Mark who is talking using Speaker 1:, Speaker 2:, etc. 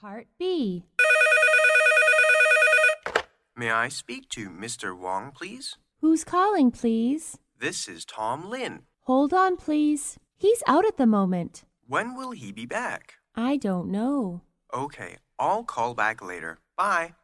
Speaker 1: Part B.
Speaker 2: May I speak to Mr. Wong, please?
Speaker 1: Who's calling, please?
Speaker 2: This is Tom Lin.
Speaker 1: Hold on, please. He's out at the moment.
Speaker 2: When will he be back?
Speaker 1: I don't know.
Speaker 2: Okay, I'll call back later. Bye.